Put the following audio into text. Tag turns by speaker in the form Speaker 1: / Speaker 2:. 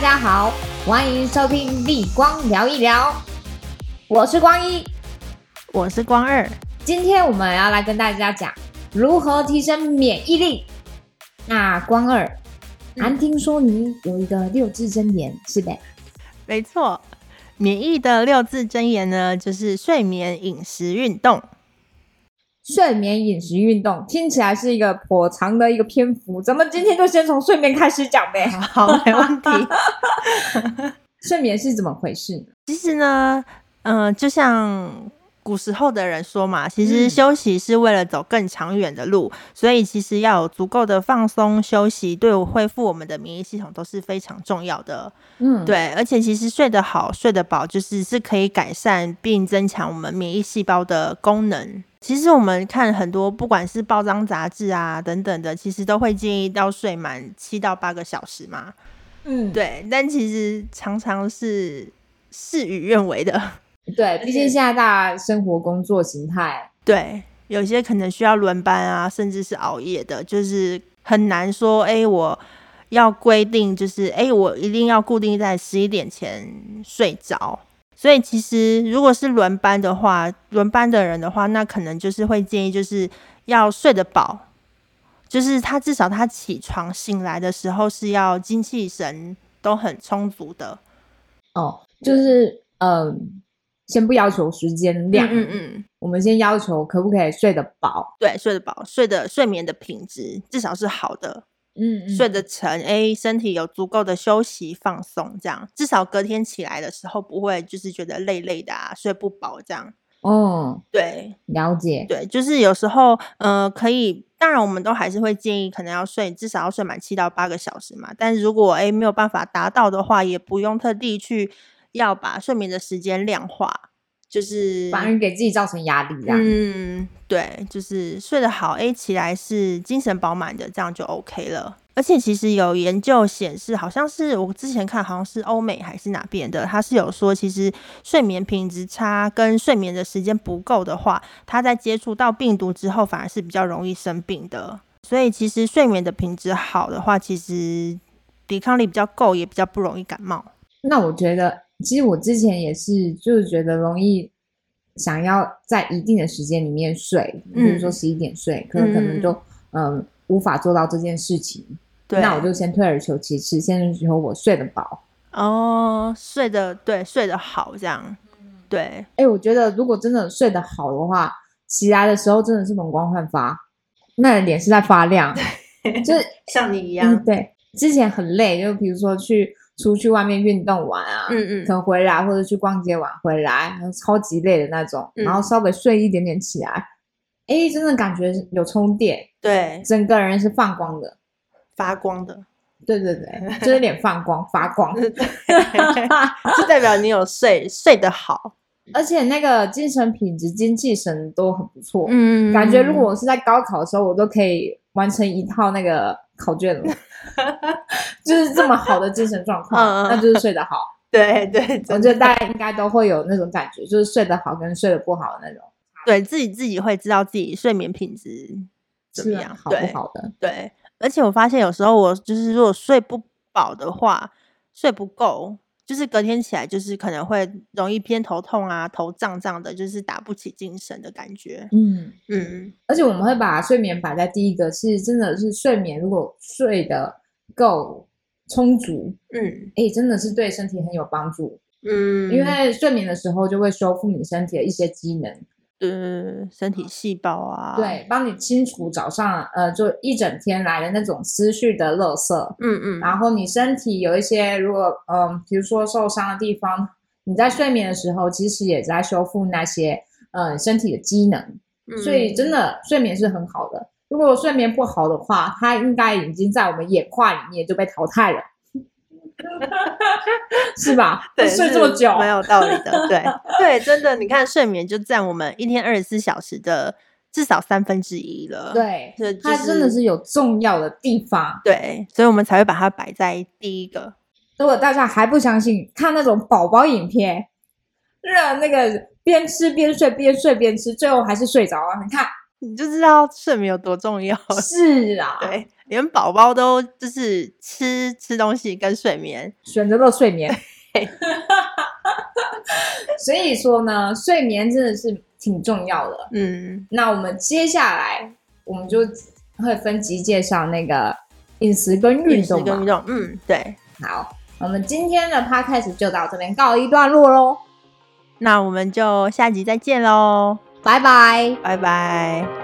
Speaker 1: 家好，欢迎收听立光聊一聊，我是光一。
Speaker 2: 我是光二，
Speaker 1: 今天我们要来跟大家讲如何提升免疫力。那光二，
Speaker 2: 嗯
Speaker 1: 俺听说你有一个六字真言，是的，
Speaker 2: 没错。免疫的六字真言呢，就是睡眠、饮食、运动。
Speaker 1: 睡眠、饮食、运动，听起来是一个颇长的一个篇幅，咱们今天就先从睡眠开始讲呗。
Speaker 2: 好， 没问 题。
Speaker 1: 睡眠是怎么回事呢？
Speaker 2: 其实呢，嗯、就像古时候的人说嘛，其实
Speaker 1: 嗯
Speaker 2: 休息是为了走更长远的路，所以其实要有足够的放松休息，对我恢复我们的免疫系统都是非常重要的。
Speaker 1: 嗯，
Speaker 2: 对，而且其实睡得好、睡得饱，就是是可以改善并增强我们免疫细胞的功能。其实我们看很多，不管是报章杂志啊等等的，其实都会建议要睡满七到八个小时嘛。
Speaker 1: 嗯，
Speaker 2: 对，但其实常常是事与愿违的。
Speaker 1: 对，毕竟现在大家生活工作形态，
Speaker 2: 对，有些可能需要轮班啊，甚至是熬夜的，就是很难说，哎、我要规定，就是哎、诶我一定要固定在十一点前睡着。所以其实如果是轮班的话，轮班的人的话，那可能就是会建议，就是要睡得饱，就是他至少他起床醒来的时候是要精气神都很充足的。
Speaker 1: 哦，就是嗯，先不要求时间量，
Speaker 2: 嗯嗯，
Speaker 1: 我们先要求可不可以睡得饱，
Speaker 2: 对，睡得饱，睡的睡眠的品质至少是好的。
Speaker 1: 嗯
Speaker 2: 睡得沉，哎、身体有足够的休息放松，这样至少隔天起来的时候不会就是觉得累累的啊，睡不饱这样。
Speaker 1: 哦，
Speaker 2: 对
Speaker 1: 了解，
Speaker 2: 对，就是有时候呃可以，当然我们都还是会建议可能要睡至少要睡满七到八个小时嘛，但如果哎、诶没有办法达到的话，也不用特地去要把睡眠的时间量化，就是
Speaker 1: 反而给自己造成压力啦。
Speaker 2: 嗯，对，就是睡得好，哎，起来是精神饱满的，这样就 OK 了。而且其实有研究显示，好像是我之前看，好像是欧美还是哪边的，它是有说，其实睡眠品质差跟睡眠的时间不够的话，它在接触到病毒之后，反而是比较容易生病的。所以其实睡眠的品质好的话，其实抵抗力比较够，也比较不容易感冒。
Speaker 1: 那我觉得，其实我之前也是，就是觉得容易想要在一定的时间里面睡，比如说
Speaker 2: 嗯
Speaker 1: 十一点睡，可可能就嗯、无法做到这件事情，
Speaker 2: 对，
Speaker 1: 那我就先退而求其次，先求我睡得饱。
Speaker 2: 哦，睡得对，睡得好这样，对。
Speaker 1: 哎、我觉得如果真的睡得好的话，起来的时候真的是容光焕发，那脸是在发亮， 就是
Speaker 2: 像你一啊
Speaker 1: 嗯，对，之前很累，就比如说去出去外面运动玩啊，
Speaker 2: 嗯
Speaker 1: 可能回来或者去逛街玩回来，超级累的那种，然后
Speaker 2: 嗯
Speaker 1: 稍微睡一点点起来，哎、真的感觉有充电，
Speaker 2: 对，
Speaker 1: 整个人是放光的，
Speaker 2: 发光的，
Speaker 1: 对对对，就是脸放光发光，
Speaker 2: 就代表你有睡睡得好。
Speaker 1: 而且那个精神品质、精气神都很不错，
Speaker 2: 嗯
Speaker 1: 感觉如果我是在高考的时候，我都可以完成一套那个考卷了， 就是这么好的精神状况，
Speaker 2: 嗯嗯
Speaker 1: 那就是睡得好。
Speaker 2: 对对，
Speaker 1: 我
Speaker 2: 真
Speaker 1: 觉
Speaker 2: 的
Speaker 1: 得大家应该都会有那种感觉，就是睡得好跟睡得不好的那种，
Speaker 2: 对自己自己会知道自己睡眠品质怎
Speaker 1: 是
Speaker 2: 么样，
Speaker 1: 好
Speaker 2: 对
Speaker 1: 不好的。
Speaker 2: 对。而且我发现有时候我就是如果睡不饱的话，睡不够，就是隔天起来就是可能会容易偏头痛啊、头胀胀的，就是打不起精神的感觉。
Speaker 1: 嗯，
Speaker 2: 嗯，
Speaker 1: 而且我们会把睡眠摆在第一个，是真的是睡眠，如果睡得够充足，
Speaker 2: 嗯
Speaker 1: 哎，真的是对身体很有帮助，
Speaker 2: 嗯，
Speaker 1: 因为睡眠的时候就会修复你身体的一些机能，
Speaker 2: 呃身体细胞啊，
Speaker 1: 对，帮你清除早上呃就一整天来的那种思绪的垃圾，
Speaker 2: 嗯嗯，
Speaker 1: 然后你身体有一些如果嗯、比如说受伤的地方，你在睡眠的时候其实也在修复那些呃身体的机能，所以
Speaker 2: 嗯
Speaker 1: 真的睡眠是很好的。如果睡眠不好的话，它应该已经在我们眼眶里面就被淘 汰了，是吧？
Speaker 2: 对，
Speaker 1: 睡
Speaker 2: 是
Speaker 1: 这么久，
Speaker 2: 蛮有道理的。 对对，真的，你看睡眠就占我们一天二十四小时的至少三分之一了。
Speaker 1: 对，
Speaker 2: 这就
Speaker 1: 它真的
Speaker 2: 是
Speaker 1: 是有重要的地方。
Speaker 2: 对，所以我们才会把它摆在第一个。
Speaker 1: 如果大家还不相信，看那种宝宝影片，让那个边吃边睡，边睡边吃，最后还是睡着了。你看，
Speaker 2: 你就知道睡眠有多重要。
Speaker 1: 是啊，，
Speaker 2: 哦对，连宝宝都就是吃吃东西跟睡眠，
Speaker 1: 选择了睡眠
Speaker 2: 对。
Speaker 1: 所以说呢，睡眠真的是挺重要的。
Speaker 2: 嗯，
Speaker 1: 那我们接下来我们就会分级介绍那个饮食跟运
Speaker 2: 饮食
Speaker 1: 动
Speaker 2: 跟
Speaker 1: 嘛
Speaker 2: 运。动，嗯，对。
Speaker 1: 好，我们今天的 podcast 就到这边告一段落喽，
Speaker 2: 那我们就下集再见喽，
Speaker 1: 拜拜。
Speaker 2: 拜拜。